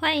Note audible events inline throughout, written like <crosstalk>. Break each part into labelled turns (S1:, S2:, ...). S1: 欢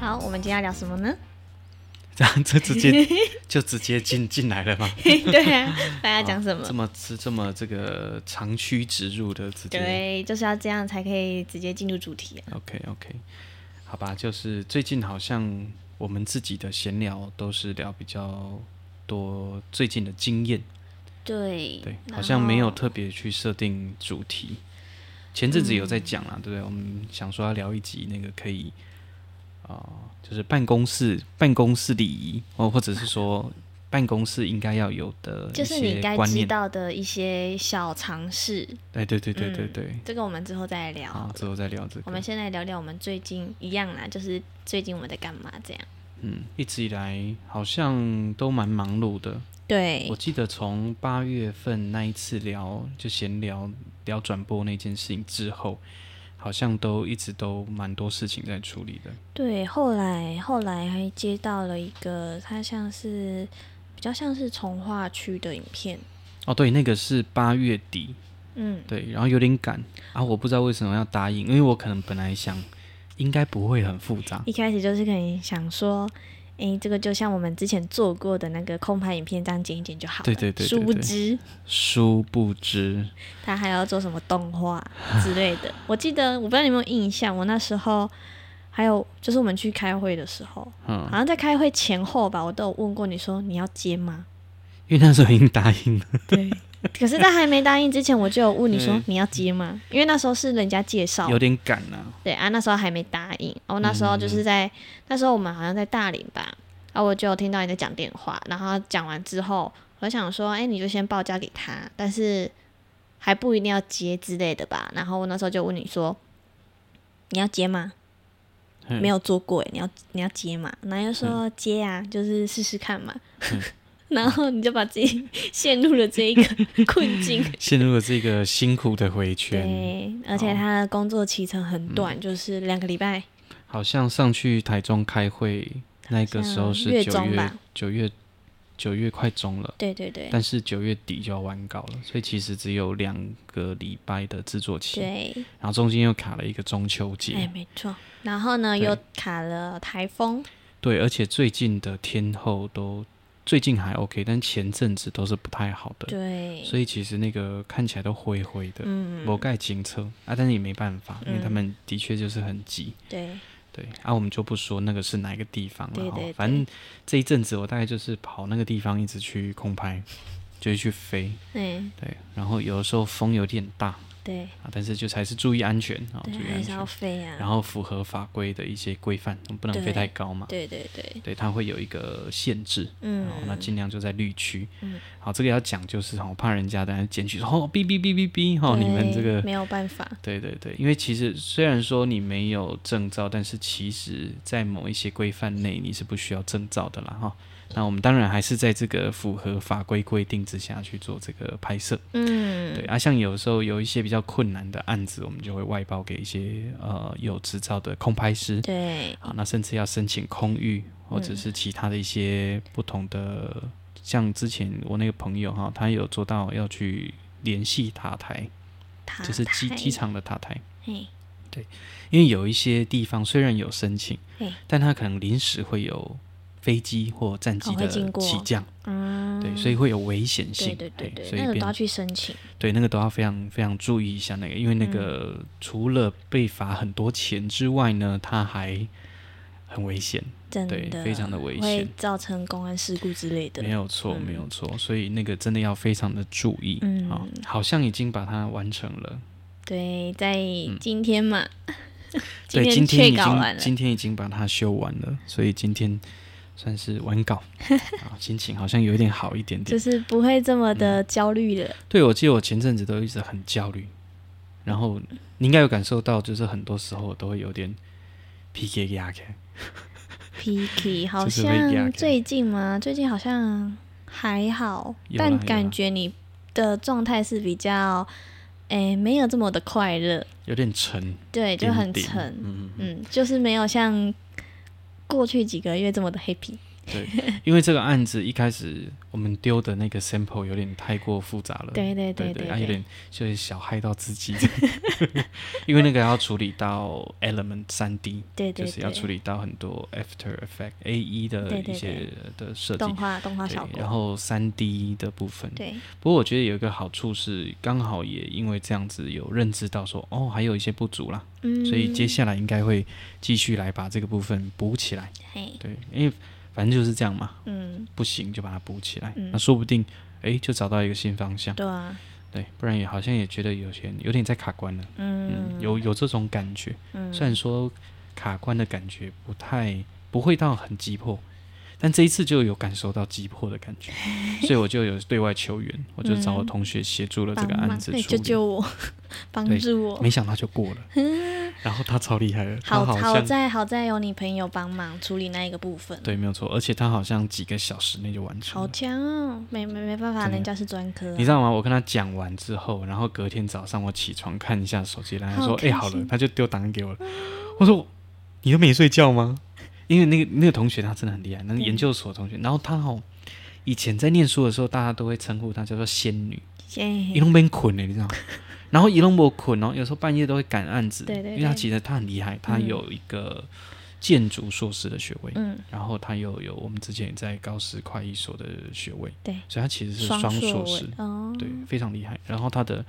S1: 好，我们今天要聊什么呢？
S2: 这样这直接
S1: <laughs>
S2: 就直接进进来了吗？
S1: 对啊，大家讲什么
S2: 这？么这这么这个长驱直入的直接。
S1: 对，就是要这样才可以直接进入主题啊。
S2: OK OK，好吧，就是最近好像我们自己的闲聊都是聊比较多最近的经验，
S1: 对
S2: 对，
S1: 然
S2: 好像没有
S1: 后
S2: 特别去设定主题。前阵子有
S1: 嗯
S2: 在讲啦，对不对？我们想说要聊一集那个可以啊、呃就是办公室办公室礼仪，哦，或者是说办公室应该要有的
S1: 就
S2: 一
S1: 是你
S2: 些
S1: 该
S2: 观
S1: 知
S2: 念。
S1: 道的一些小常识。
S2: 对对对对对
S1: 嗯
S2: 对，
S1: 这个我们之后再聊好
S2: 好
S1: 了。，
S2: 之后再聊这
S1: 我
S2: 个
S1: 们。先来聊聊我们最近一样啦，就是最近我们在干嘛这样。
S2: 嗯，一直以来好像都蛮忙碌的，
S1: 对
S2: 我，记得从八月份那一次聊就闲聊聊转播那件事情之后，好像都一直都蛮多事情在处理的。
S1: 对，后来后来还接到了一个，它像是比较像是从化区的影片，
S2: 哦，对，那个是八月底，
S1: 嗯，
S2: 对，然后有点赶啊，我不知道为什么要答应，因为我可能本来想应该不会很复杂，
S1: 一开始就是可能想说。诶，这个就像我们之前做过的那个空拍影片，这样剪一剪就好了。
S2: 对对对对
S1: 殊不
S2: 对
S1: 知
S2: 殊不知，
S1: 他还要做什么动画之类的。我记得，我不知道你有没有印象，我那时候还有就是我们去开会的时候，
S2: 嗯
S1: 好，像在开会前后吧，我都有问过你说你要接吗？
S2: 因为那时候已经答应了，
S1: 对。 <laughs> 可是，在还没答应之前，我就有问你说
S2: 嗯
S1: 你要接吗？因为那时候是人家介绍，
S2: 有点赶啊。
S1: 对啊，那时候还没答应。哦，那时候就是在、那时候我们好像在大连吧，然后我就有听到你在讲电话，然后讲完之后，我就想说，哎、你就先报价给他，但是还不一定要接之类的吧。然后我那时候就问你说，你要接吗？
S2: 嗯
S1: 没有做过哎，你要你要接嘛？然后又说接啊，就是试试看嘛。 <laughs> 然后你就把自己 <laughs> 陷入了这一个 <laughs> 困境。
S2: 陷入了这个辛苦的回圈，
S1: 对，而且他的工作期程很短，就是两个礼拜。
S2: 好像上去台中开会那个时候是
S1: 嗯月
S2: 九
S1: 中
S2: 月
S1: 吧，
S2: 九月九月快中了。
S1: 对对对
S2: 但是九月底就要完稿了，所以其实只有两个礼拜的制作期，
S1: 对，
S2: 然后中间又卡了一个中秋节，
S1: 哎，没错。然后呢，
S2: 对
S1: 又卡了台风，
S2: 对，而且最近的天后都最近还 OK，但前阵子都是不太好的，
S1: 对，
S2: 所以其实那个看起来都灰灰的，
S1: 嗯，
S2: 我盖警车啊，但是也没办法，因为他
S1: 嗯
S2: 们的确就是很急，
S1: 对
S2: 对，啊，我们就不说那个是哪一个地方
S1: 对
S2: 了哈
S1: 对，
S2: 反正这一阵子我大概就是跑那个地方一直去空拍，就是去飞，
S1: 哎
S2: 对，然后有的时候风有点大。
S1: 对
S2: 啊，但是就是还是注意安全啊，
S1: 对，
S2: 注意
S1: 还
S2: 安
S1: 是要
S2: 全，
S1: 飞啊。
S2: 然后符合法规的一些规范，不能飞太高嘛，
S1: 对对对，
S2: 对，它会有一个限制，
S1: 嗯
S2: 然后那尽量就在绿区，
S1: 嗯
S2: 好，这个要讲就是我怕人家在那检举说哦，哔哔哔哔哔，哦，你们这
S1: 对
S2: 个
S1: 没，有办法，
S2: 对对对，因为其实虽然说你没有证照，但是其实在某一些规范内你是不需要证照的啦，哈、那我们当然还是在这个符合法规规定之下去做这个拍摄，
S1: 嗯，
S2: 对啊，像有时候有一些比较困难的案子，我们就会外包给一些呃有执照的空拍师
S1: 对嗯
S2: 啊，那甚至要申请空域或者是其他的一些不同的，像之前我那个朋友哈、他有做到要去联系塔台，
S1: 塔
S2: 就是机
S1: 台
S2: 机，场的塔台，
S1: 嘿
S2: 因为有一些地方虽然有申请
S1: 对，
S2: 但他可能临时会有飞机或战机
S1: 哦会
S2: 的
S1: 经过
S2: 起降，
S1: 嗯，
S2: 对，所以会有危险
S1: 对
S2: 性，
S1: 对对
S2: 嘿
S1: 对，
S2: 哎所以
S1: 那个
S2: 变
S1: 都要去申请，
S2: 对，那个都要非常非常注意一下那个，因为那
S1: 嗯
S2: 个除了被罚很多钱之外呢，它还很危险，
S1: 真
S2: 对
S1: 的
S2: 非常的危
S1: 会
S2: 险
S1: 造成公安事故之类的
S2: 没。有错，
S1: 嗯
S2: 没有错，所以那个真的要非常的注意。
S1: 嗯
S2: 好，好像已经把它完成了。
S1: 对，在今天嘛，今
S2: 对，
S1: 天
S2: 嗯今天已
S1: 确稿完
S2: 经
S1: 了
S2: 今天已经把它修完了，所以今天算是完
S1: <laughs>
S2: 稿，啊，心情好像有一点好一点嗯
S1: 就
S2: 点。
S1: 是不会这么的焦虑了。
S2: 对，我记得我前阵子都一直很焦虑，然后你应该有感受到，就是很多时候我都会有点 PK 压开，
S1: Picky 好
S2: 就是会压
S1: 像
S2: 开
S1: 最近吗？最近好像还好，
S2: 有啦有
S1: 但
S2: 啦
S1: 感觉你的状态是比较，诶、没有这么的快乐，
S2: 有点沉，
S1: 对，就很
S2: 点点
S1: 沉，
S2: 嗯嗯，
S1: 嗯，就是没有像过去几个月这么的 happy。
S2: 嗯因为这个案子一开始我们丢的那个 sample 有点太过复杂了，
S1: 对对
S2: 对
S1: 对
S2: 啊，有
S1: 对，
S2: 点就是小害到自己， <laughs> 因为那个要处理到 Element 三 D，
S1: 对对
S2: 就
S1: 对，
S2: 是要处理到很多 After Effect A E 的
S1: 对
S2: 一
S1: 对
S2: 些的设计
S1: 动，画动画效
S2: 对，
S1: 果，
S2: 然后三 D 的部分。
S1: 对
S2: 不过我觉得有一个好处是，刚好也因为这样子有认知到说，哦，还有一些不足啦，
S1: 嗯，
S2: 所以接下来应该会继续来把这个部分补起来。
S1: 嗯嘿，
S2: 对，因为反正就是这样嘛，
S1: 嗯，
S2: 不行就把它补起来，
S1: 嗯
S2: 那说不定诶就找到一个新方向。
S1: 对啊，
S2: 对，不然也好像也觉得有些有点在卡关了，嗯，
S1: 嗯，
S2: 有有这种感觉。
S1: 嗯
S2: 虽然说卡关的感觉不太不会到很急迫，但这一次就有感受到急迫的感
S1: <laughs>
S2: 觉，所以我就有对外求援，我就找我同学协助了这个
S1: 嗯帮忙
S2: 案子
S1: 嘿
S2: 处
S1: 救
S2: 理。
S1: 救
S2: <laughs>
S1: 我，帮
S2: 对
S1: 助我。
S2: 没想到就过了，然后他超厉害的，他
S1: <laughs> 好好
S2: 像
S1: 在好在有你朋友帮忙处理那一个部分，
S2: 对，没有错，而且他好像几个小时内就完成
S1: 好
S2: 了。
S1: 强哦！没没没办法，
S2: 真的
S1: 人家是专科啊、
S2: 你知道吗？我跟他讲完之后，然后隔天早上我起床看一下手机，然后他说
S1: 好：“
S2: 哎、
S1: 开
S2: 好了。
S1: 心”
S2: 他就丢档案给我了。我说：“你都没睡觉吗？”因为那个那个同学他真的很厉害，那个
S1: 对
S2: 研究所同学，然后他哦，以前在念书的时候，大家都会称呼他叫做仙女，一
S1: 耶，
S2: 弄边捆的，你知道吗？然后一弄没捆哦，有时候半夜都会赶案子，
S1: 对对对
S2: 因为他其实他很厉害，他有一个建筑硕士的学位，
S1: 嗯，
S2: 然后他又有我们之前也在高师会计所的学位，
S1: 对
S2: 所以他其实是
S1: 双
S2: 硕
S1: 位
S2: 士，
S1: 哦，
S2: 对，非常厉害。然后他的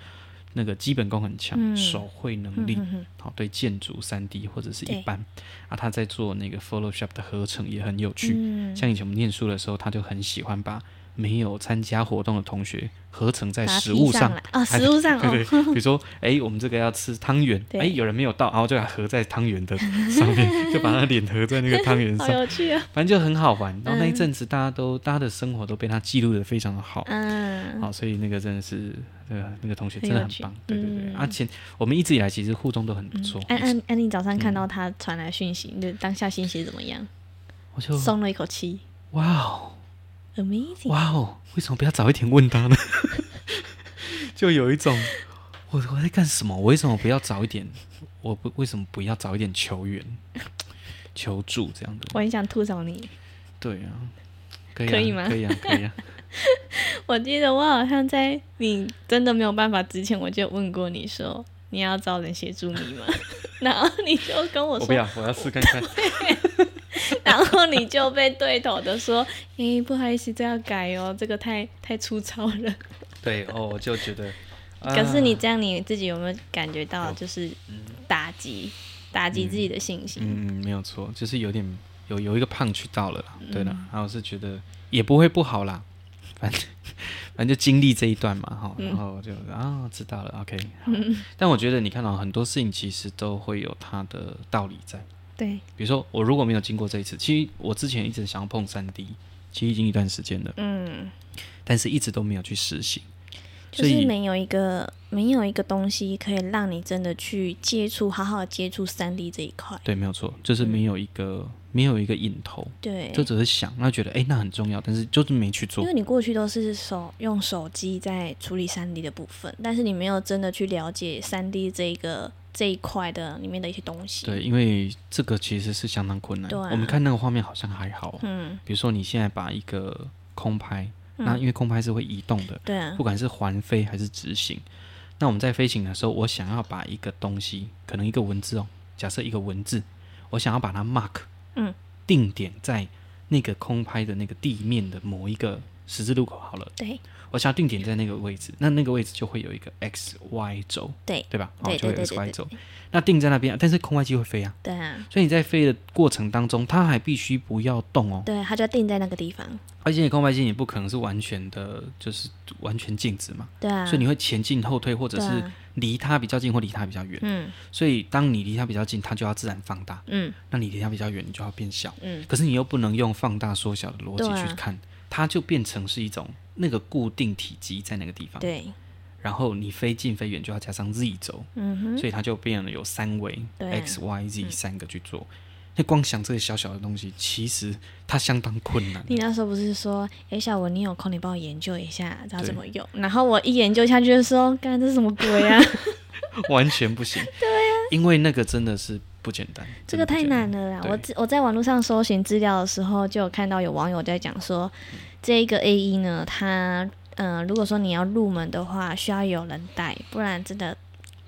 S2: 那个基本功很强，
S1: 嗯
S2: 手绘能
S1: 嗯
S2: 力，
S1: 嗯嗯
S2: 好、对建筑三 D 或者是一
S1: 对
S2: 般啊，他在做那个 Photoshop 的合成也很有趣。
S1: 嗯，
S2: 像以前我们念书的时候，他就很喜欢把没有参加活动的同学合成在
S1: 把它
S2: 食
S1: 披
S2: 物
S1: 上
S2: 上。
S1: 来啊，食物上
S2: 对
S1: 哦，
S2: 对，比如说，哎，我们这个要吃汤圆，
S1: 对
S2: 哎，有人没有到，然后就把它合在汤圆的上面，就把他脸合在那个汤圆
S1: 好
S2: 上，
S1: 有趣哦，
S2: 反正就很好玩。然后那一
S1: 嗯
S2: 阵子，大家都大家的生活都被他记录的非常的好，
S1: 嗯，
S2: 好，所以那个真的是，呃，那个同学
S1: 很
S2: 真的
S1: 有
S2: 很
S1: 趣
S2: 棒，对对对。
S1: 嗯哎
S2: 而且我们一直以来其实互动都很不错，
S1: 安
S2: 一直
S1: 安安妮早上看到他传来讯息，你的当下心情怎么样？
S2: 我就
S1: 松了一口气
S2: 哇哦
S1: ，amazing，
S2: 哇哦，为什么不要早一点问他呢？ <laughs> 就有一种我我在干什么？我为什么不要早一点？我不为什么不要早一点
S1: <laughs>
S2: 求援、求助这样的？
S1: 我很想吐槽你。
S2: 对啊，可以啊
S1: 可以吗
S2: 可以啊，可
S1: <laughs>
S2: 以啊。
S1: 我记得我好像在你真的没有办法之前，我就问过你说你要找人协助你吗？ <laughs> 然后你就跟我
S2: 我
S1: 说
S2: 不要，我要试看看。
S1: <laughs> 然后你就被对头的说：“诶、不好意思，这要改哦，这个太太粗糙了。
S2: 对哦，我就觉得，啊
S1: 可是你这样你自己有没有感觉到就是
S2: 嗯
S1: 打击、打击自己的信心？
S2: 嗯，没有错，就是有点有有一个胖去到了啦，对啦，然后是觉得也不会不好啦，反正 <laughs> 反正就经历这一段嘛，哈，然后就啊知道了，OK，好、但我觉得你看到、很多事情其实都会有它的道理在，
S1: 对，
S2: 比如说我如果没有经过这一次，其实我之前一直想要碰三 D，其实已经一段时间了，
S1: 嗯，
S2: 但是一直都没有去实行，
S1: 就
S2: 所
S1: 是
S2: 以
S1: 没有一个没有一个东西可以让你真的去接触，好好地接触三 D 这一块。
S2: 对，没有错，就是没有一个、没有一个引头，
S1: 对，
S2: 就只是想，那觉得哎那很重要，但是就是没去做
S1: 因为。你过去都是手用手机在处理三 D 的部分，但是你没有真的去了解三 D 这一个这一块的里面的一些东西。
S2: 对，因为这个其实是相当困难。
S1: 对啊
S2: 我们看那个画面好像还好、
S1: 嗯，
S2: 比如说你现在把一个空拍，那因为空拍是会移动的，
S1: 对啊
S2: 不，管是环飞还是直行。那我们在飞行的时候，我想要把一个东西，可能一个文字哦，假设一个文字，我想要把它 mark，
S1: 嗯，
S2: 定点在那个空拍的那个地面的某一个十字路口好了，
S1: 对
S2: 我想要定点在那个位置，那那个位置就会有一个 x y 轴，
S1: 对
S2: 对吧？哦，
S1: 对
S2: 就会有
S1: 对
S2: x
S1: 对
S2: y
S1: 对
S2: 轴。那定在那边，但是空拍机会飞啊，
S1: 对啊，
S2: 所以你在飞的过程当中，它还必须不要动哦。
S1: 对，它啊就定在那个地方。
S2: 而且你空白机也不可能是完全的，就是完全静止嘛，
S1: 对啊，
S2: 所以你会前进后退，或者
S1: 对
S2: 是
S1: 啊，
S2: 离它比较近或离它比较远。
S1: 嗯
S2: 所以当你离它比较近，它就要自然放大；
S1: 嗯
S2: 那你离它比较远，你就要变小。
S1: 嗯，
S2: 可是你又不能用放大缩小的逻辑
S1: 对啊
S2: 去看，它就变成是一种那个固定体积在那个地方。
S1: 对，
S2: 然后你非近非远就要加上 z 轴，
S1: 嗯哼，
S2: 所以它就变了有三维
S1: 对嗯
S2: x、y、z 三个去做。那光想这个小小的东西，其实它相当困难。啊
S1: 你那时候不是说，哎、小文，你有空你帮我研究一下，知道怎么用？然后我一研究下去就说，干这是什么鬼
S2: <laughs>
S1: 啊？
S2: 完全不
S1: <laughs>
S2: 行。对啊，因为那个真的是不简单，
S1: 这个太难了啦！
S2: 对
S1: 我自我在网络上搜寻资料的时候，就有看到有网友在讲说，这一个 A 一呢，它呃，如果说你要入门的话，需要有人带，不然真的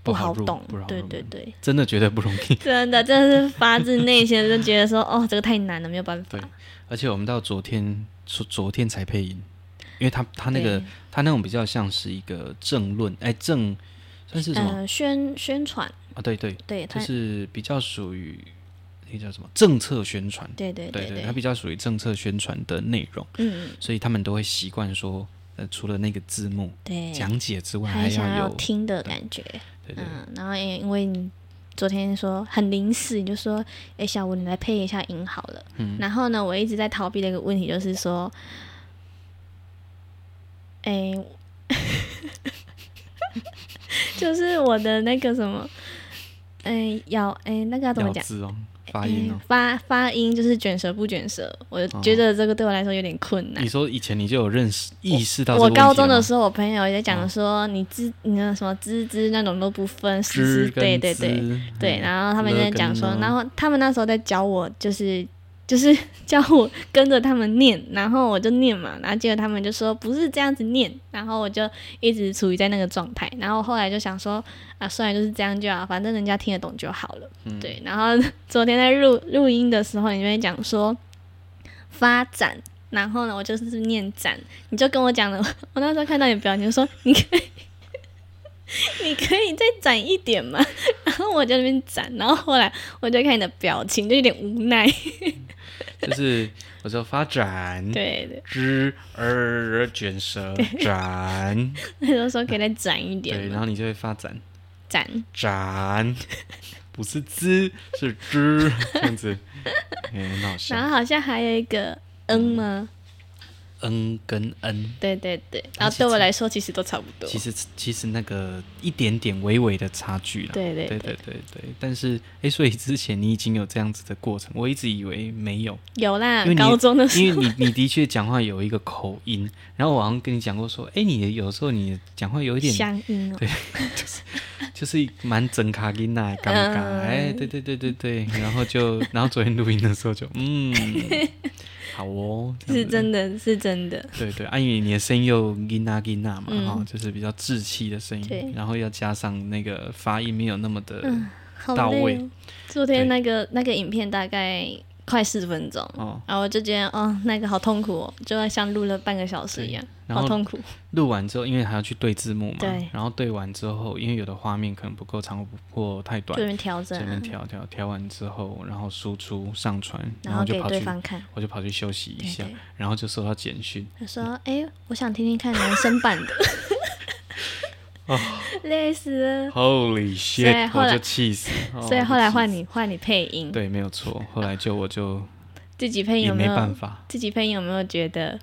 S2: 不
S1: 好
S2: 好入
S1: 懂
S2: 不好。
S1: 对
S2: 入
S1: 对对，。
S2: 真的觉得不容易 <laughs>
S1: 真的，真的是发自内心的就觉得说，哦，这个太难了，没有办法
S2: 对。而且我们到昨天，昨昨天才配音，因为他他那个
S1: 对
S2: 他那种比较像是一个政论，哎，政算是什么、
S1: 呃，宣宣传，
S2: 啊？对对，
S1: 对，
S2: 就
S1: 它，
S2: 是比较属于那叫什么政策宣传。
S1: 对对
S2: 对
S1: 对
S2: 它，比较属于政策宣传的内容，
S1: 嗯，嗯
S2: 所以他们都会习惯说，呃，除了那个字幕
S1: 对，
S2: 讲解之外，
S1: 嗯
S2: 还
S1: 还想
S2: 要
S1: 要
S2: 有
S1: 听的感觉，
S2: 对对
S1: 嗯，然后也因为你昨天说很临时，你就说，哎、小吴，你来配一下音好了。
S2: 嗯
S1: 然后呢，我一直在逃避的一个问题就是说，哎、 <laughs> 就是我的那个什么，哎、咬，哎、那个要怎么
S2: 咬
S1: 讲？
S2: 字哦，发音哦
S1: 哎。发发音就是卷舌不卷舌，我
S2: 哦
S1: 觉得这个对我来说有点困难
S2: 你。说以前你就有认识意识到这个
S1: 我
S2: 问题了吗
S1: 高
S2: 哦
S1: 中的时候，我朋友也在讲说，你知你那什么知知那种都不分，
S2: 知
S1: 思思
S2: 跟
S1: 对对
S2: 知
S1: 对，对，
S2: 嗯
S1: 然后他们就
S2: 乐
S1: 在讲
S2: 跟
S1: 说
S2: 呢，
S1: 然后他们那时候在教我，就是 <laughs> 就是教我跟着他们念，然后我就念嘛，然后结果他们就说不是这样子念，然后我就一直处于在那个状态，然后后来就想说啊，算了，就是这样就好，反正人家听得懂就好了，
S2: 嗯
S1: 对。然后昨天在录录音的时候，你就会讲说发展。然后呢，我就是念展，你就跟我讲了， <laughs> 我那时候看到你表情，就说你可以， <laughs> 你可以再展一点嘛。然后 <laughs> 我就在那边展，然后后来我就看你的表情，就有点无奈。
S2: 就是我说发展
S1: 对对，
S2: 之而卷舌展，
S1: 那时候说可以再展一 <laughs> 点
S2: 对，然
S1: 嘛，
S2: 后你就会发展 <laughs>
S1: 展
S2: 展，不是之是之 <laughs> 这样子，哎，很好
S1: 然
S2: 笑。
S1: 后好像还有一个嗯吗？
S2: 嗯跟嗯，
S1: 对对对，
S2: 它
S1: 然后
S2: 其
S1: 对我
S2: 实
S1: 来说其实都差不多。
S2: 其实其实那个一点点微微的差距啦。
S1: 对对
S2: 啊对对对对，但是哎，所以之前你已经有这样子的过程，我一直以为没有。
S1: 有啦
S2: 因为，
S1: 嗯
S2: 你
S1: 高中的时
S2: 因为你你的确讲话有一个口音，然后我好像跟你讲过说，哎、你有时候你讲话有一
S1: 候
S2: 点
S1: 乡音哦，
S2: 就是蛮整卡金娜尴尬，
S1: 嗯
S2: 哎、对对对对对，然后就然后昨天录音的时候就嗯，好哦，这
S1: 是
S2: 样子
S1: 真的是真的，
S2: 对对，啊，因为你的声音又音呐音呐嘛，
S1: 嗯
S2: 哈、就是比较稚气的声
S1: 对
S2: 音，然后要加上那个发音没有那么的，
S1: 嗯好
S2: 到
S1: 累
S2: 位
S1: 哦。昨
S2: 对
S1: 天那个那个影片大概快四分钟。
S2: 哦，
S1: 然后我就觉得，哦，那个好痛苦哦，就像录了半个小时一样，
S2: 然
S1: 好
S2: 后
S1: 痛苦。
S2: 录完之后，因为还要去对字幕嘛，
S1: 对
S2: 然后对完之后，因为有的画面可能不够长或太短
S1: 这，边调整
S2: 这边
S1: 啊，
S2: 调调调完之后，然后输出上传，
S1: 然
S2: 后
S1: 后
S2: 就
S1: 给
S2: 跑
S1: 对
S2: 去，
S1: 方看。
S2: 我就跑去休息一
S1: 对
S2: 下，
S1: 对
S2: 然后就收到简讯，
S1: 他说：“哎、我想听听看男生版的。
S2: <laughs> 哦
S1: 累死了。
S2: ，Holy
S1: 以
S2: shit！
S1: 后
S2: 我
S1: 来
S2: 就气
S1: <laughs>
S2: 死。哦
S1: 所以后来换，
S2: 我就气
S1: 你换你配音
S2: 死，对，没有错。后来就我就
S1: 自己配音 <laughs>
S2: 也
S1: 有没
S2: 没办
S1: 有？
S2: 法。
S1: 自己配音有没有觉得？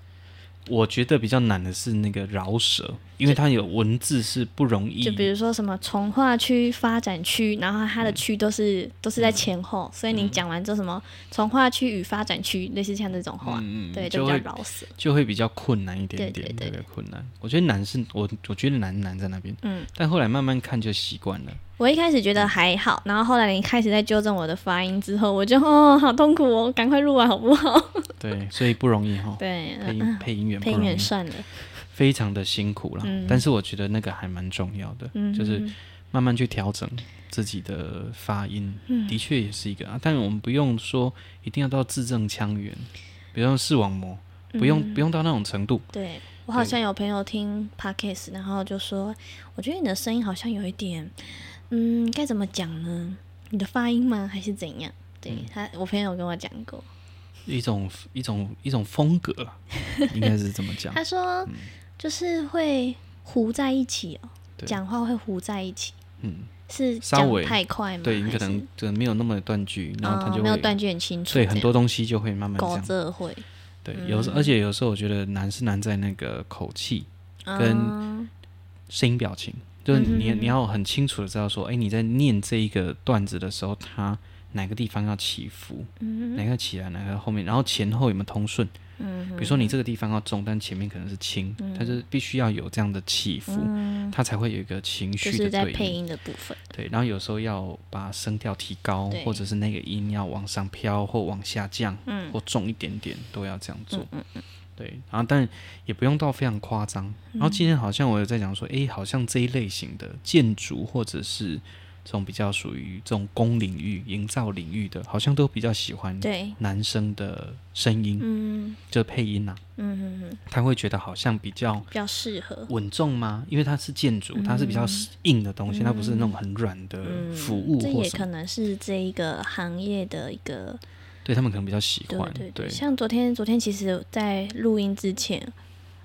S2: 我觉得比较难的是那个饶舌，因为它有文字是不容易
S1: 就。比如说什么从化区、发展区，然后
S2: 嗯
S1: 它的区都是、都是在前后，所以你讲完之后什么从化区与发展区，类似像这种话，
S2: 嗯
S1: 对，就
S2: 就
S1: 比较
S2: 会
S1: 饶舌。
S2: 就会比较困难一
S1: 对
S2: 点点，
S1: 对对
S2: 比较困难。我觉得难是，我我觉得难难在那边，
S1: 嗯，
S2: 但后来慢慢看就习惯了。
S1: 我一开始觉
S2: 嗯
S1: 得还好，然后后来你开始在纠正我的发音之后，我就哦，好痛苦哦，赶快录完好不好？
S2: 对，所以不容易哈。
S1: 对，
S2: 配
S1: 嗯、
S2: 音
S1: 啊
S2: 配音员不
S1: 配音
S2: 容易
S1: 员，算了，
S2: 非常的辛苦啦，
S1: 嗯
S2: 但是我觉得那个还蛮重要的，
S1: 嗯，
S2: 就是慢慢去调整自己的发音，
S1: 嗯
S2: 的确也是一个啊。但我们不用说一定要到字正腔圆，不用视网膜，不用、
S1: 嗯
S2: 不用到那种程度。
S1: 对我好
S2: 对
S1: 像有朋友听 podcast，然后就说，我觉得你的声音好像有一点，嗯，该怎么讲呢？你的发音吗？还是怎样？对、他，我朋友跟我讲过，
S2: 一种一种一种风格啦，应该是这么讲
S1: <laughs> 他。说、
S2: 嗯
S1: 就是会糊在一起哦，
S2: 对
S1: 讲话会糊在一起，
S2: 嗯，
S1: 是
S2: 稍
S1: 讲
S2: 微
S1: 太快吗？
S2: 对你
S1: 嗯还
S2: 可能
S1: 是
S2: 可能没有那么断句，然后
S1: 哦
S2: 它就
S1: 没有
S2: 会、
S1: 断句很清楚，
S2: 对很多东西就会慢慢这
S1: 狗
S2: 样。
S1: 这会嗯啊
S2: 对，有时而且有时候我觉得难是难在那个口气跟
S1: 嗯
S2: 声音表情，就是你
S1: 嗯哼
S2: 你要很清楚的知道说，哎、你在念这一个段子的时候，它哪个地方要起伏，
S1: 嗯
S2: 哪个起来，哪个后面，然后前后有没有通顺。
S1: 嗯，
S2: 比如说你这个地方要重，但前面可能是轻，它就是必须要有这样的起伏，
S1: 嗯，
S2: 它才会有一个情
S1: 就
S2: 绪
S1: 是
S2: 的
S1: 在
S2: 对
S1: 配
S2: 应。嗯
S1: 音的部分，
S2: 对，然后有时候要把声调提高
S1: 对，
S2: 或者是那个音要往上飘或往下降，
S1: 嗯
S2: 或重一点点，都要这样做。对，然后但也不用到非常夸张。然后今天好像我有在讲说，诶，好像这一类型的建筑或者是这种比较属于这种工领域、营造领域的，好像都比较喜欢
S1: 对，
S2: 男生的声音，
S1: 嗯
S2: 就是配音呐、
S1: 嗯嗯嗯，
S2: 他会觉得好像比较
S1: 比较适合，
S2: 稳重吗？因为它是建筑，它是比较硬的东西，它不是那种很软的呃服务
S1: 嗯这
S2: 或
S1: 也
S2: 什
S1: 可
S2: 么。
S1: 能是这一个行业的一个
S2: 对他们可能比较喜
S1: 对
S2: 欢。
S1: 对对，像昨天，昨天其实，在录音之前，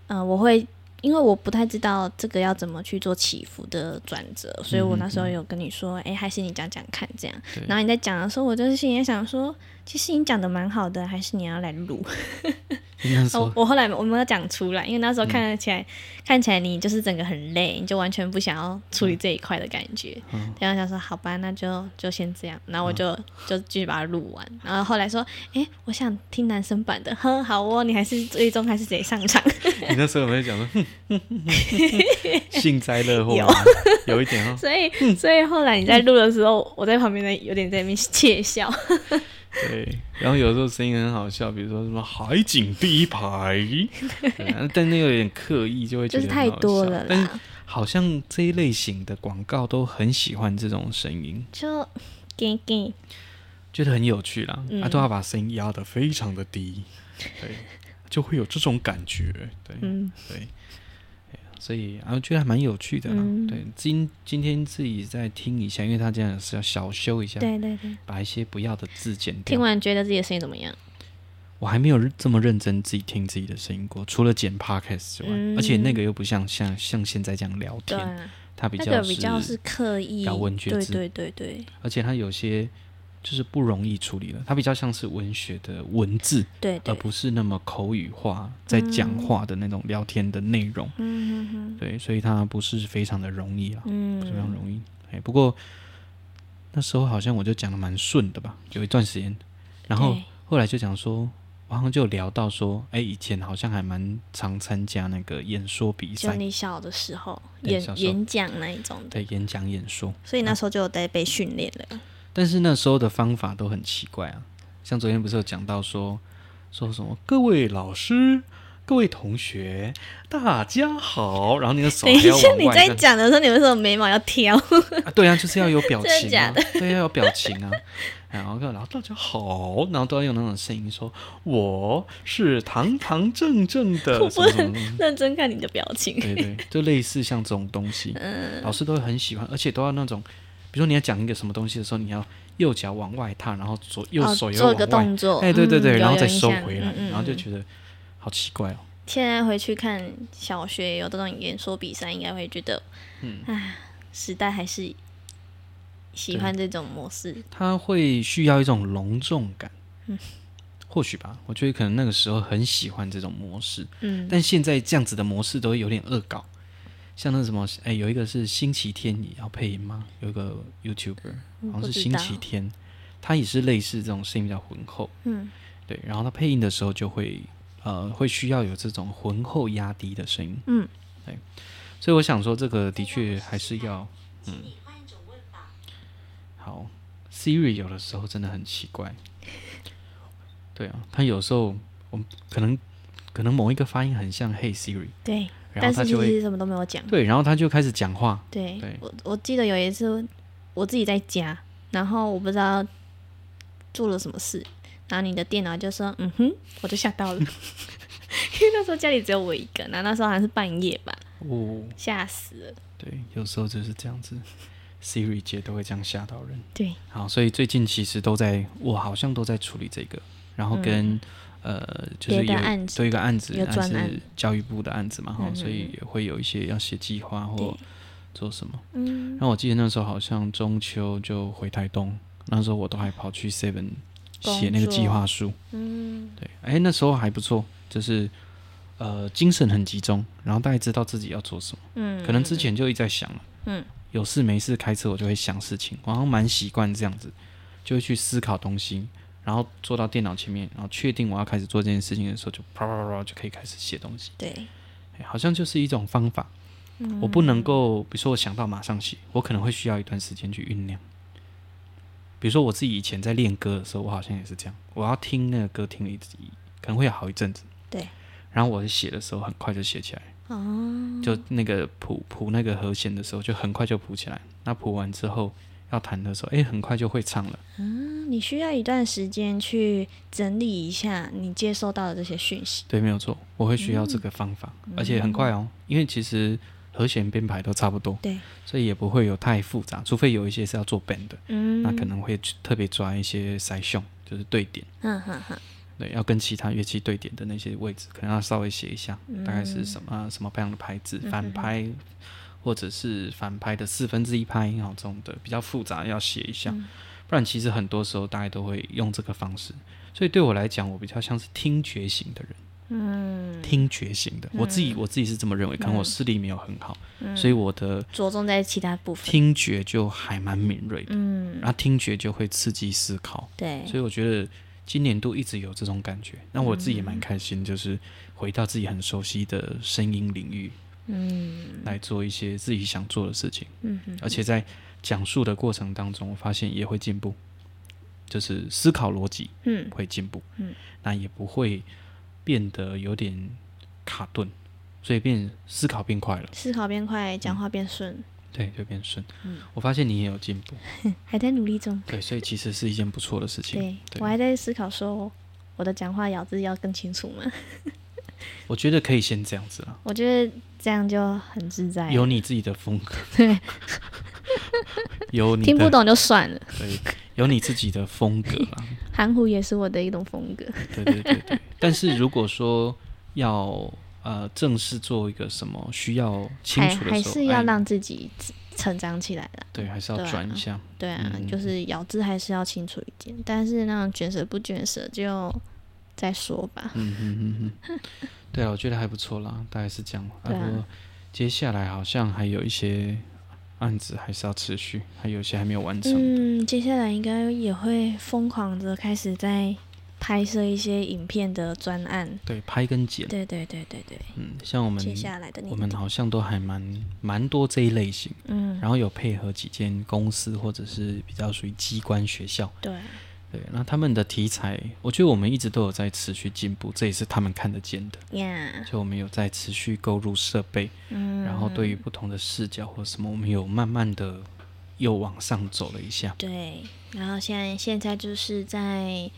S1: 嗯、我会因为我不太知道这个要怎么去做起伏的转折，所以我那时候有跟你说，哎、还是你讲讲看这样。
S2: 嗯对
S1: 然后你在讲的时候，我就是心里在想说，其实你讲的蛮好的，还是你要来录。
S2: 应该
S1: 哦我
S2: 说，
S1: 我后来我没有讲出来，因为那时候看起来、
S2: 嗯
S1: 看起来你就是整个很累，你就完全不想要处理这一块的感觉。
S2: 嗯
S1: 然后想说好吧，那就就先这样，然后我就、就继续把它录完。然后后来说，哎，我想听男生版的，哼，好哦，你还是最终还是得上
S2: <laughs>
S1: 场。
S2: <laughs> 你那时候有没有讲说， <laughs> 哼哼哼哼幸灾乐祸
S1: 有
S2: 吗？ <laughs> 有一点哦。
S1: 所以所以后来你在录的时候，我在旁边的有点在那边窃笑。
S2: 对，然后有时候声音很好笑，比如说什么海景第
S1: <laughs>
S2: 一排，对啊但那个有点刻意，就会觉
S1: 就
S2: 得
S1: 是太
S2: 很好
S1: 多
S2: 笑
S1: 了啦
S2: 但是好像这一类型的广告都很喜欢这种声音，
S1: 就给给，
S2: 觉得很有趣啦，
S1: 嗯
S2: 啊，都要把声音压得非常的低，对，就会有这种感觉，对，
S1: 嗯，
S2: 对，哎所以啊，我觉得还蛮有趣的啦。
S1: 嗯
S2: 对，今今天自己再听一下，因为他这样是要小修一下，
S1: 对对对。
S2: 把一些不要的字剪掉。
S1: 听完觉得自己的声音怎么样？
S2: 我还没有这么认真自己听自己的声音过，除了剪 podcast 之外，
S1: 嗯
S2: 而且那个又不像像像现在这样聊
S1: 对
S2: 天，
S1: 啊，
S2: 它比
S1: 那
S2: 较
S1: 个
S2: 是，
S1: 比较是刻意，
S2: 咬文嚼
S1: 对
S2: 字
S1: 对对对
S2: 而且它有些就是不容易处理了，它比较像是文学的文字，
S1: 对
S2: 而
S1: 对，
S2: 不是那么口语化在讲话的那种聊天的内容。
S1: 嗯嗯
S2: 对，所以它不是非常的容易啊，
S1: 嗯
S2: 不是非常
S1: 嗯，
S2: 容易。哎，不过那时候好像我就讲的蛮顺的吧，有一段时间，然后
S1: 对
S2: 后来就讲说，我好像就有聊到说，哎、以前好像还蛮常参加那个演说比
S1: 就
S2: 赛，
S1: 你小的时候
S2: 对
S1: 演
S2: 小时候嗯
S1: 演讲那一种的，
S2: 对，演讲演说，
S1: 所以那时候就有在被训练了。
S2: 但是那时候的方法都很奇怪啊，像昨天不是有讲到说，说什么各位老师。各位同学，大家好。然后你的手
S1: 等
S2: 还
S1: 一 <laughs>
S2: 要
S1: 下，
S2: 往
S1: 你
S2: 外
S1: 在
S2: 这样
S1: 讲的时候，你为什么眉毛要挑？
S2: 啊，对啊，就是要有表
S1: <laughs> 真的
S2: 情
S1: 假
S2: 啊
S1: 的，
S2: <laughs> 对，要有表情啊。 <laughs> 然后，然后大家好，然后都要用那种声音说：“我是堂堂正正
S1: <laughs>
S2: 的什么什么。什么
S1: 认真看你的表”
S2: <laughs>
S1: 情。
S2: 对对，就类似像这种东西，
S1: 嗯
S2: 老师都会很喜欢，而且都要那种，比如说你要讲一个什么东西的时候，你要右脚往外踏，然后左右
S1: 哦
S2: 手也要
S1: 做
S2: 往
S1: 个
S2: 外，
S1: 动作，
S2: 哎，对对
S1: 嗯
S2: 对，
S1: 有
S2: 然后
S1: 有
S2: 再
S1: 印
S2: 收
S1: 象
S2: 回来，
S1: 嗯嗯
S2: 然后就
S1: 嗯
S2: 觉得好奇怪哦。
S1: 现在回去看小学有这种演说比赛，应该会觉得，
S2: 嗯
S1: 哎，时代还是喜欢这种模式。
S2: 他会需要一种隆重感，
S1: 嗯
S2: 或许吧，我觉得可能那个时候很喜欢这种模式。
S1: 嗯，
S2: 但现在这样子的模式都会有点恶搞，像那什么，哎、有一个是星期天也要配音吗？有一个 YouTuber 好像
S1: 不
S2: 是
S1: 知
S2: 星期
S1: 道
S2: 天，他也是类似这种声音比较浑厚，
S1: 嗯，
S2: 对，然后他配音的时候就会呃会需要有这种浑厚压低的声音，
S1: 嗯，
S2: 对，所以我想说这个的确还是要，嗯，好，Siri 有的时候真的很奇怪，对啊，他有时候我们可能可能某一个发音很像 Hey Siri。
S1: 对。
S2: 然
S1: 但
S2: 后他
S1: 是其
S2: 就会
S1: 实什么都没有讲。
S2: 对，然后他就开始讲话，
S1: 对，
S2: 对
S1: 我我记得有一次我自己在家，然后我不知道做了什么事，然后你的电脑就说嗯哼，我就吓到了， <laughs> 因为那时候家里只有我一个，然后那时候好像是半夜吧，
S2: 哦，
S1: 吓死了。
S2: 对，有时候就是这样子，Siri 姐都会这样吓到人。
S1: 对，
S2: 好，所以最近其实都在，我好像都在处理这个，然后跟、呃，就
S1: 嗯
S2: 是
S1: 别的
S2: 有
S1: 案子
S2: 对一个案子，
S1: 有专
S2: 还
S1: 案
S2: 是教育部的案子嘛，哈、
S1: 嗯嗯
S2: 所以也会有一些要写计划或
S1: 对
S2: 做什么。
S1: 嗯
S2: 然后我记得那时候好像中秋就回台东，那时候我都还跑去 Seven
S1: 工
S2: 写那个计
S1: 作
S2: 划书，
S1: 嗯
S2: 对，哎，那时候还不错，就是呃精神很集中，然后大概知道自己要做什么。
S1: 嗯，
S2: 可能之前就一直在想了，
S1: 嗯，
S2: 有事没事开车我就会想事情，我好像蛮习惯这样子，就会去思考东西，然后坐到电脑前面，然后确定我要开始做这件事情的时候，就啪啪啪啪就可以开始写东西。
S1: 对，
S2: 哎好像就是一种方法。
S1: 嗯
S2: 我不能够，比如说我想到马上写，我可能会需要一段时间去酝酿。比如说我自己以前在练歌的时候，我好像也是这样，我要听那个歌听了一可能会有好一阵子。
S1: 对。
S2: 然后我写的时候很快就写起来，
S1: 哦，
S2: 就那个谱谱那个和弦的时候就很快就谱起来。那谱完之后要弹的时候，哎，很快就会唱了。
S1: 嗯，你需要一段时间去整理一下你接收到的这些讯息。
S2: 对，没有错，我会需要这个方法，
S1: 嗯
S2: 而且很快哦，因为其实和弦编排都差不多，
S1: 对，
S2: 所以也不会有太复杂，除非有一些是要做 band 的，
S1: 嗯，
S2: 那可，能会去特别抓一些塞胸，就是对点，
S1: 嗯哼哼，
S2: 对，要跟其他乐器对点的那些位置，可能要稍微写一下，大概是什
S1: 嗯
S2: 么、啊什么样的拍子，反拍。或者是反拍的四分之一拍，哦然后这种的比较复杂，要写一下，
S1: 嗯
S2: 不然其实很多时候大家都会用这个方式。所以对我来讲，我比较像是听觉型的人。
S1: 嗯，
S2: 听觉型的，我自己我自己是这么认为，可能我视力没有很好，
S1: 嗯
S2: 所以我的
S1: 着重在其他部分。
S2: 听觉就还蛮敏锐的，
S1: 嗯，
S2: 然后听觉就会刺激思考，
S1: 对，
S2: 所以我觉得今年度一直有这种感觉，那我自己也
S1: 嗯
S2: 蛮开心，就是回到自己很熟悉的声音领域
S1: 嗯
S2: 来做一些自己想做的事情，
S1: 嗯哼，
S2: 而且在讲述的过程当中，我发现也会进步，就是思考逻辑
S1: 嗯
S2: 会进步，
S1: 嗯，
S2: 那也不会变得有点卡顿，所以变思考变快了，
S1: 思考变快，讲话变顺，
S2: 对，就变顺。
S1: 嗯
S2: 我发现你也有进步，
S1: 还在努力中。
S2: 对，所以其实是一件不错的事情。
S1: 对我还在思考说，我的讲话咬字要更清楚嘛？
S2: 我觉得可以先这样子啦，
S1: <laughs> 我觉得这样就很自在了，
S2: 有你自己的风格， <laughs> 有你
S1: 听不
S2: 的
S1: 懂就算了，
S2: 对，有你自己的风格
S1: <laughs>
S2: 啦，
S1: 含糊也是我的一种风格。
S2: 对对对对。但是如果说要呃正式做一个什么需要清
S1: 还
S2: 楚的时候，
S1: 还是要
S2: 哎
S1: 让自己自成长起来啦。
S2: 对，还是要
S1: 对啊
S2: 转一下。
S1: 对啊，
S2: 嗯
S1: 就是咬字还是要清楚一点，但是那种卷舌不卷舌就再说吧。
S2: 嗯嗯嗯嗯，对啊，我觉得还不错啦，大概是这样。啊
S1: 对啊
S2: 不过接下来好像还有一些案子还是要持续，还有一些还没有完成。
S1: 嗯，接下来应该也会疯狂的开始在拍摄一些影片的专案。
S2: 对，拍跟剪，
S1: 对对对对对，
S2: 嗯，像我们
S1: 接下来的
S2: 我
S1: 年
S2: 们
S1: 度，
S2: 好像都还蛮蛮多这一类型，
S1: 嗯，
S2: 然后有配合几间公司或者是比较属于机关学校，
S1: 对，啊
S2: 对，那他们的题材，我觉得我们一直都有在持续进步，这也是他们看得见的，
S1: 呀，
S2: 就我们有在持续购入设备，
S1: 嗯，
S2: 然后对于不同的视角或什么，我们有慢慢的又往上走了一下。
S1: 对，然后现在现在就是在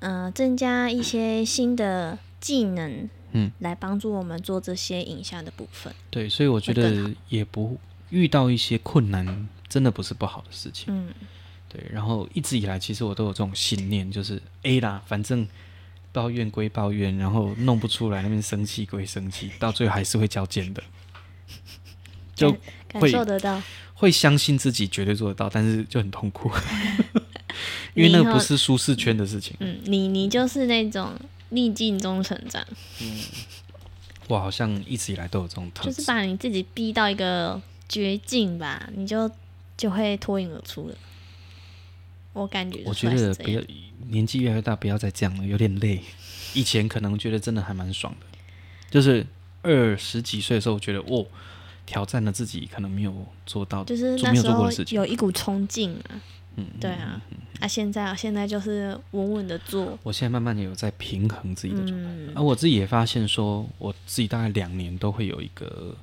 S1: 呃增加一些新的技能，
S2: 嗯，
S1: 来帮助我们做这些影像的部分。
S2: 对，所以我觉
S1: 会更
S2: 得也不遇到一些困难，真的不是不好的事情。
S1: 嗯，
S2: 对，然后一直以来其实我都有这种信念，就是 A 啦，反正抱怨归抱怨，然后弄不出来那边生气归生气，到最后还是会交尖
S1: <laughs>
S2: 的。就
S1: 嗯感
S2: 会
S1: 受得到。
S2: 会相信自己绝对做得到，但是就很痛
S1: <laughs>
S2: 苦，因为那
S1: 你以
S2: 个
S1: 后
S2: 不是舒适圈的事情。
S1: 嗯，你你就是那种逆境中成长，
S2: 我好像一直以来都有这种特质，
S1: 就是把你自己逼到一个绝境吧，你就就会脱颖而出了。我感觉
S2: 我
S1: 出
S2: 觉
S1: 来是
S2: 得
S1: 这
S2: 不
S1: 样
S2: 要。年纪越来越大，不要再这样了，有点累。以前可能觉得真的还蛮爽的，就是二十几岁的时候，我觉得哦，挑战了自己可能没有做到，
S1: 就是
S2: 做
S1: 那
S2: 没有
S1: 时
S2: 做过
S1: 候
S2: 的事情。
S1: 有一股冲劲啊，
S2: 嗯，
S1: 对啊，啊现在现在就是稳稳的做，
S2: 我现在慢慢的有在平衡自己的状态，
S1: 嗯
S2: 而、我自己也发现说，我自己大概两年都会有一个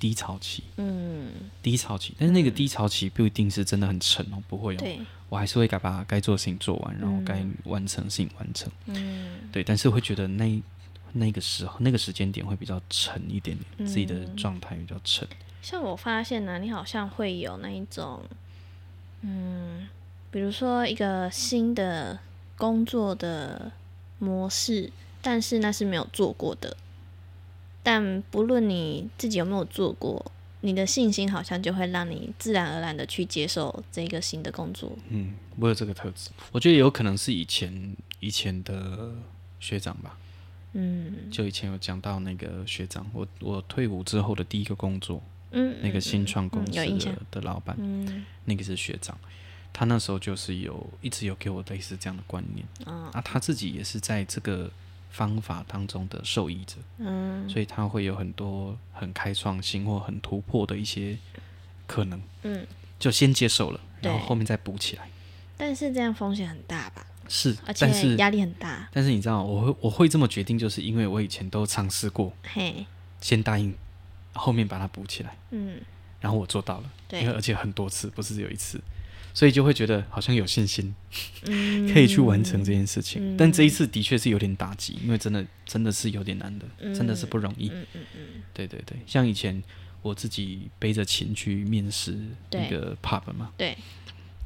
S2: 低潮期，
S1: 嗯，
S2: 低潮期，但是那个低潮期不一定是真的很沉哦，不会哦，
S1: 对，
S2: 我还是会该把该做的事情做完，然后
S1: 嗯
S2: 该完成的事情完成。
S1: 嗯
S2: 对，但是会觉得那那个时候那个时间点会比较沉一点点，
S1: 嗯
S2: 自己的状态比较沉。，
S1: 像我发现呢、你好像会有那一种，嗯，比如说一个新的工作的模式，但是那是没有做过的，但不论你自己有没有做过，你的信心好像就会让你自然而然的去接受这个新的工作。
S2: 嗯，我有这个特质，我觉得有可能是以前以前的学长吧，
S1: 嗯
S2: 就以前有讲到那个学长，我我退伍之后的第一个工作，
S1: 嗯，
S2: 那个
S1: 嗯
S2: 新创公
S1: 嗯
S2: 司
S1: 有
S2: 的、
S1: 印象
S2: 的老板，
S1: 嗯
S2: 那个是学长，他那时候就是有一直有给我类似这样的观念
S1: 哦
S2: 啊，他自己也是在这个方法当中的受益者，
S1: 嗯
S2: 所以他会有很多很开创新或很突破的一些可能，
S1: 嗯，
S2: 就先接受了，然后
S1: 对
S2: 后面再补起来。
S1: 但是这样风险很大吧，
S2: 是
S1: 而，
S2: 但
S1: 且
S2: 是
S1: 压力很大，
S2: 但是你知道，我会我会这么决定，就是因为我以前都尝试过，
S1: 嘿，
S2: 先答应，后面把它补起来，
S1: 嗯，
S2: 然后我做到了，因为
S1: 对，
S2: 而且很多次，不是只有一次，所以就会觉得好像有信心
S1: 嗯
S2: 可以去完成这件事情。
S1: 嗯
S2: 但这一次的确是有点打击，因为真的真的是有点难的，
S1: 嗯
S2: 真的是不容易。
S1: 嗯嗯嗯，
S2: 对对对，像以前我自己背着琴去面试
S1: 对
S2: 那个 pub 嘛，
S1: 对，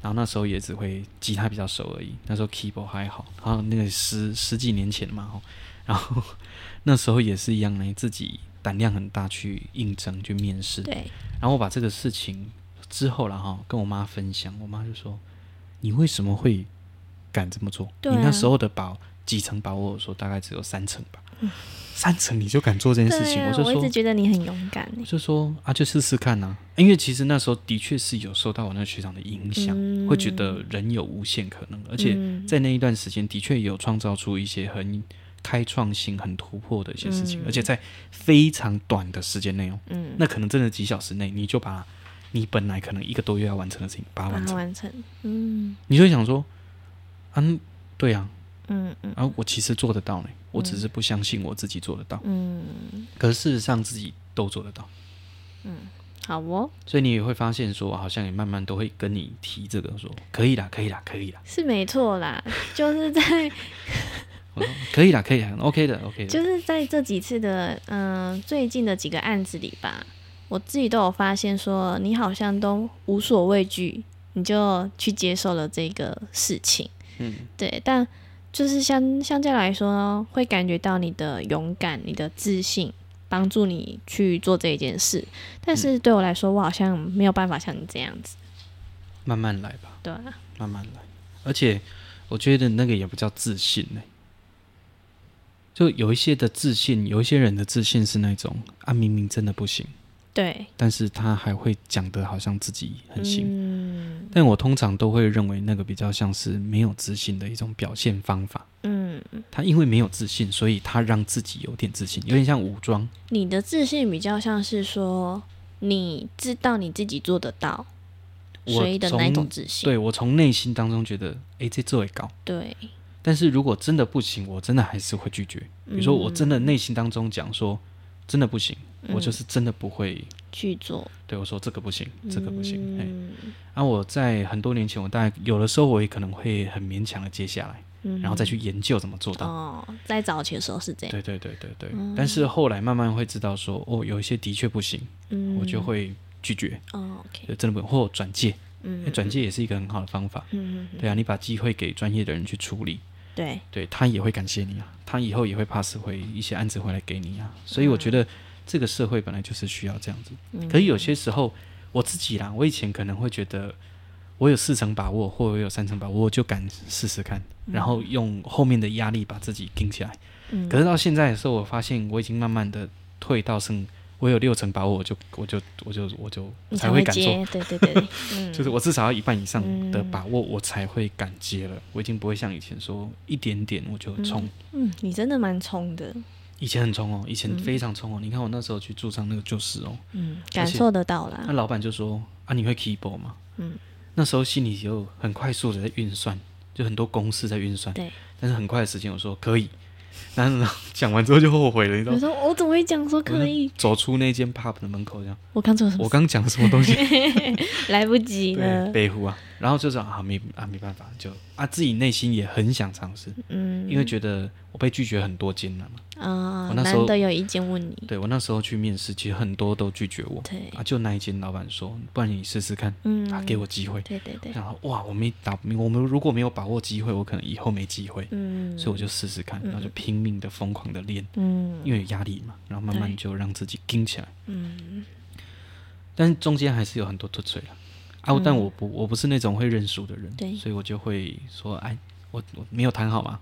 S2: 然后那时候也只会吉他比较熟而已，那时候 keyboard 还好，然后那个十十几年前嘛，吼 <laughs> 然后那时候也是一样呢，自己胆量很大去应征去面试，
S1: 对，
S2: 然后我把这个事情之后了哈，跟我妈分享，我妈就说：“你为什么会敢这么做？
S1: 对啊
S2: 你那时候的把几成把握？”我说：“大概只有三成吧，三成你就敢做这件
S1: 嗯
S2: 事
S1: 对
S2: 情。
S1: 啊，
S2: 就
S1: 我一直
S2: 说：“
S1: 觉得你很勇敢欸，
S2: 我就说啊，就试试看呐、因为其实那时候的确是有受到我那个学长的影响，
S1: 嗯
S2: 会觉得人有无限可能，而且
S1: 嗯
S2: 在那一段时间的确有创造出一些很开创性、很突破的一些事情，
S1: 嗯
S2: 而且在非常短的时间内哦，
S1: 嗯，
S2: 那可能真的几小时内，你就把你本来可能一个多月要完成的事情把它
S1: 把
S2: 完
S1: 它
S2: 成，
S1: 完成，嗯
S2: 你就会想说，啊，嗯对呀、
S1: 嗯嗯
S2: 啊，我其实做得到呢，我只是不相信我自己做得到，
S1: 嗯，
S2: 可是事实上自己都做得到，
S1: 好哦，
S2: 所以你也会发现说，好像也慢慢都会跟你提这个说，可以啦，可以啦，可以啦，
S1: 是没错啦，就是在
S2: 我说可以啦，可以啦，OK 的，OK 的，
S1: 就是在这几次的嗯、最近的几个案子里吧，我自己都有发现说，你好像都无所畏惧，你就去接受了这个事情。
S2: 嗯，
S1: 对，但就是相相较来说，会感觉到你的勇敢、你的自信，帮助你去做这一件事。但
S2: 嗯
S1: 是对我来说，我好像没有办法像你这样子，
S2: 慢慢来吧，
S1: 对啊，
S2: 慢慢来，而且我觉得那个也不叫自信呢、就有一些的自信，有一些人的自信是那种啊，明明真的不行。
S1: 对，
S2: 但是他还会讲的好像自己很行。
S1: 嗯
S2: 但我通常都会认为那个比较像是没有自信的一种表现方法。
S1: 嗯，
S2: 他因为没有自信，所以他让自己有点自信，有点像武装。
S1: 你的自信比较像是说，你知道你自己做得到，
S2: 我
S1: 所以的那一种
S2: 从
S1: 自信。
S2: 对我从内心当中觉得，诶，这做也高。
S1: 对，
S2: 但是如果真的不行，我真的还是会拒绝。比如说，我真的内心当中讲说，真的不行，我就
S1: 嗯
S2: 是真的不会。
S1: 去做，
S2: 对我说这个不行，这个不行。哎、
S1: 嗯
S2: 啊，我在很多年前，我大概有的时候我也可能会很勉强的接下来，
S1: 嗯
S2: 然后再去研究怎么做到。
S1: 哦，嗯在早期的时候是这样，
S2: 对对对对对，但是后来慢慢会知道说，哦，有一些的确不行，
S1: 嗯，
S2: 我就会拒绝，
S1: 哦，OK，
S2: 就真的不或转介，
S1: 嗯
S2: 诶转介也是一个很好的方法。
S1: 嗯，嗯
S2: 对啊，你把机会给专业的人去处理，
S1: 对，
S2: 对他也会感谢你啊，他以后也会 pass 回一些案子回来给你啊。所以我觉得这个社会本来就是需要这样子。
S1: 嗯
S2: 可是有些时候我自己啦，我以前可能会觉得我有四成把握，或我有三成把握，我就敢试试看，然后用后面的压力把自己顶起来。
S1: 嗯
S2: 可是到现在的时候，我发现我已经慢慢的退到剩我有六成把握，我就我就我就我就
S1: 你
S2: 才
S1: 会
S2: 敢做，
S1: 接，对嗯对
S2: <laughs>
S1: 对，嗯，
S2: 就是我至少要一半以上的把握，我才会敢接了。我已经不会像以前说一点点我就冲，
S1: 嗯，你真的蛮冲的，
S2: 以前很冲哦，以前非常冲哦。你看我那时候去驻唱那个就是哦，
S1: 嗯，感受得到啦
S2: 那，老板就说啊，你会 keyboard 吗？
S1: 啊嗯，
S2: 那时候心里就很快速的在运算，就很多公式在运算，
S1: 对，
S2: 但是很快的时间我说可以， <laughs> 然后然后讲完之后就后悔了，你知道
S1: 我
S2: 吗？
S1: 说我怎么会讲说可以？
S2: 走出那间 pub 的门口，这样，
S1: 我刚做什么
S2: 我？刚讲了什么东
S1: <laughs>
S2: 西？
S1: 来不及
S2: 对，
S1: 了，
S2: 北湖啊，然后就是啊，没啊，没办法，就啊，自己内心也很想尝试，
S1: 嗯，
S2: 因为觉得我被拒绝很多间了嘛。
S1: 啊，
S2: 我那时候
S1: 难得有意见问你，
S2: 对我那时候去面试，其实很多都拒绝我，
S1: 嗯对，
S2: 啊，就那一间老板说，不然你试试看，
S1: 嗯，
S2: 啊，给我机会。
S1: 对对对，
S2: 然后哇，我没打，我们如果没有把握机会，我可能以后没机会，
S1: 嗯，
S2: 所以我就试试看，然后就拼命的疯狂的练，
S1: 嗯
S2: 因为有压力嘛，然后慢慢
S1: 对
S2: 就让自己硬起来。
S1: 嗯
S2: 但是中间还是有很多脱嘴了啊！但我不我不是那种会认输的人，
S1: 嗯对
S2: 所以我就会说，哎，我我没有谈好嘛，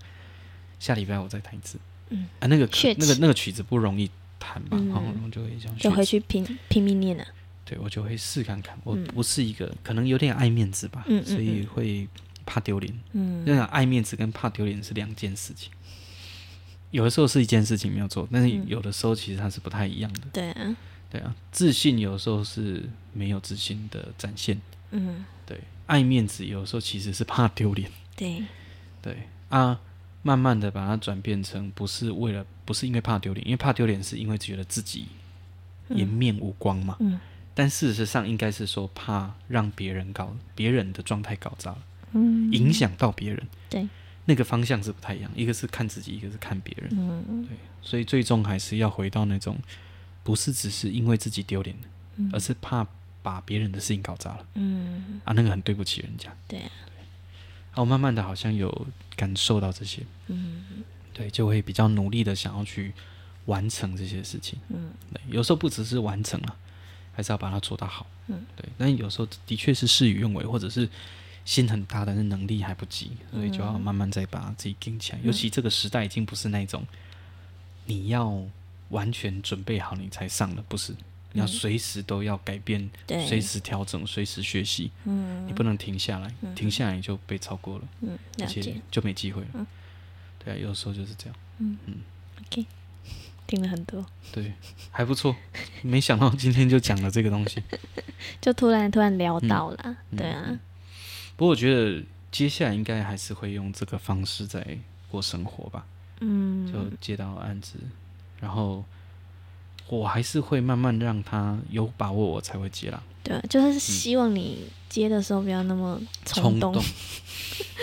S2: 下礼拜我再谈一次，
S1: 嗯
S2: 啊，那个歌
S3: 确
S2: 那个
S3: 切
S2: 那个曲子不容易弹吧，
S3: 嗯
S2: 然后然后就会这样
S1: 就
S2: 学
S1: 回
S2: 起
S1: 去拼拼命啊念了。
S2: 对我就会试看看。我
S3: 嗯
S2: 不是一个可能有点爱面子吧，
S3: 嗯嗯
S2: 所以会怕丢脸。
S1: 嗯
S2: 那、爱面子跟怕丢脸是两件事情。有的时候是一件事情没有错，但是
S3: 嗯
S2: 有的时候其实它是不太一样的。
S1: 对啊，
S2: 对啊，自信有时候是没有自信的展现。
S1: 嗯，
S2: 对，爱面子有时候其实是怕丢脸。
S1: 对，
S2: 对啊，慢慢的把它转变成不是为了，不是因为怕丢脸，因为怕丢脸是因为觉得自己颜面无光嘛。
S1: 嗯
S2: 但事实上应该是说怕让别人搞别人的状态搞砸了，
S1: 嗯
S2: 影响到别人。
S1: 对，
S2: 那个方向是不太一样，一个是看自己，一个是看别人。
S1: 嗯
S2: 所以最终还是要回到那种，不是只是因为自己丢脸，
S1: 嗯
S2: 而是怕把别人的事情搞砸了
S1: 嗯，
S2: 啊，那个很对不起人家。
S1: 对啊，
S2: 啊，我慢慢的好像有感受到这些，
S1: 嗯
S2: 对，就会比较努力的想要去完成这些事情。
S1: 嗯
S2: 对，有时候不只是完成了，还是要把它做到好。
S1: 嗯，
S2: 对。但有时候的确是事与愿违，或者是心很大，但是能力还不及，
S1: 嗯
S2: 所以就要慢慢再把自己顶起来。尤其这个时代已经不是那种你要完全准备好你才上了，不是。你要随时都要改变，
S1: 嗯对
S2: 随时调整，随时学习，
S1: 嗯，
S2: 你不能停下来，停下来你就被超过了，
S1: 嗯，
S2: 而
S1: 了
S2: 且
S1: 解。嗯
S2: 就没机会了。对啊，有时候就是这样。
S1: 听了很多， <laughs>
S2: 对，还不错，没想到今天就讲了这个东西。
S1: 就突然突然聊到啦，
S2: 嗯
S1: 对啊，
S2: 不过我觉得接下来应该还是会用这个方式在过生活吧，就
S1: 嗯
S2: 接到案子，然后我还是会慢慢让他有把握，我才会接啦。
S1: 对，啊就是希望你接的时候不要那么
S2: 冲
S1: 冲动，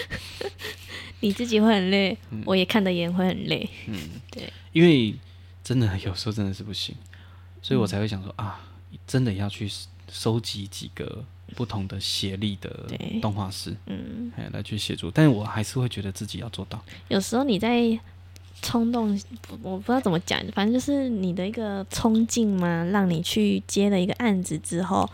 S1: <laughs> 你自己会很累，我也看的也会很累，
S2: 因为真的有时候真的是不行，所
S1: 嗯
S2: 以我才会想说、啊，真的要去收集几个不同的协力的
S1: 对
S2: 动画师，
S1: 嗯，
S2: 哎，来去协助。但是我还是会觉得自己要做到， <laughs>
S1: 有时候你在冲动，我不知道怎么讲，反正就是你的一个冲劲嘛，让你去接了一个案子之后，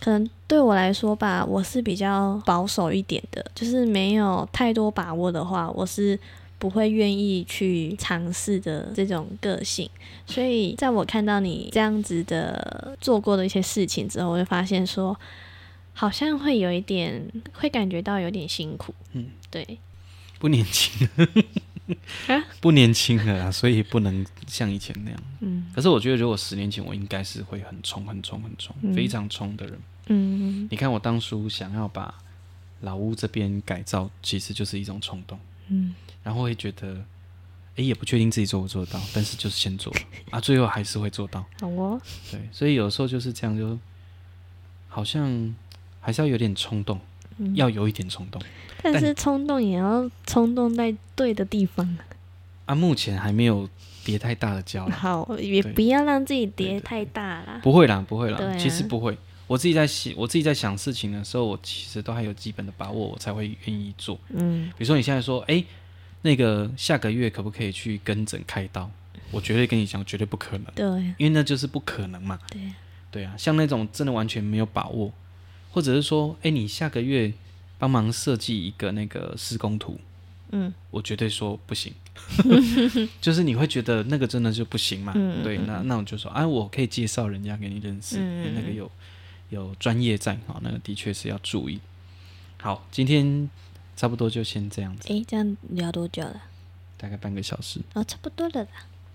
S1: 可能对我来说吧，我是比较保守一点的，就是没有太多把握的话，我是不会愿意去尝试的这种个性。所以在我看到你这样子的做过的一些事情之后，我就发现说。好像会有一点，会感觉到有点辛苦，
S2: 嗯，
S1: 对，
S2: 不年轻了
S1: 啊，
S2: <laughs> 不年轻了啊啦，所以不能像以前那样。
S1: 嗯
S2: 可是我觉得，如果十年前，我应该是会很冲、很冲、很冲，非常冲的人。
S1: 嗯
S2: 你看，我当初想要把老屋这边改造，其实就是一种冲动，
S1: 嗯
S2: 然后会觉得，诶，也不确定自己做不做得到，但是就是
S1: <laughs>
S2: 先做了啊，最后还是会做到。
S1: 好哦，
S2: 对，所以有时候就是这样，就好像还是要有点冲动，
S1: 嗯
S2: 要有一点冲动。
S1: 但
S2: 但
S1: 是冲动也要冲动在对的地方啊，
S2: 啊，目前还没有跌太大的跤啦， <laughs>
S1: 好，也
S2: 对
S1: 不要让自己
S2: 对
S1: 跌
S2: 对
S1: 太大啦。
S2: 不会啦，不会啦，
S1: 对啊
S2: 其实不会。我自己在想，我自己在想事情的时候，我其实都还有基本的把握，我才会愿意做。
S1: 嗯，
S2: 比如说你现在说，哎，那个下个月可不可以去跟诊开刀？我绝对跟你讲，绝对不可能，
S1: 对
S2: 因为那就是不可能嘛。
S1: 对，
S2: 对啊，像那种真的完全没有把握，或者是说，哎，你下个月帮忙设计一个那个施工图，
S1: 嗯
S2: 我绝对说
S1: <laughs>
S2: 不行， <laughs> 就是你会觉得那个真的就不行嘛？
S1: 嗯
S2: 对，那那我就说，哎、我可以介绍人家给你认识，
S1: 嗯
S2: 因为那个有有专业在，好，那个的确是要注意。好，今天差不多就先这样子，
S1: 诶，这样聊多久了？
S2: 大概半个小时。
S1: 哦，差不多了啦，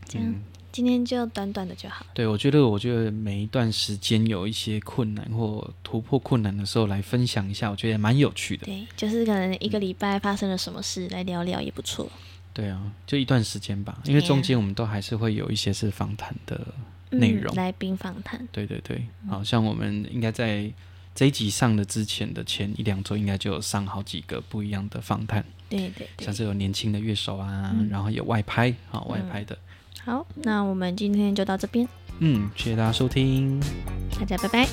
S1: 这样
S2: 嗯，
S1: 今天就短短的就好了。
S2: 对，我觉得，我觉得每一段时间有一些困难或突破困难的时候，来分享一下，我觉得也蛮有趣的。
S1: 对，就是可能一个礼拜发生了什么事来聊聊也不错。
S2: 对啊，就一段时间吧，因为
S1: 对啊
S2: 中间我们都还是会有一些是访谈的内容。
S1: 嗯、来宾访谈，
S2: 对对对，好像我们应该在这一集上的之前的前一两周，应该就有上好几个不一样的访谈，
S1: 对对对
S2: 像。是有年轻的乐手啊，
S1: 嗯
S2: 然后有外拍，好外拍的，
S1: 好，那我们今天就到这边，
S2: 嗯，谢谢大家收听，
S1: 大家拜拜。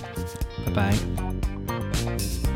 S2: 拜拜。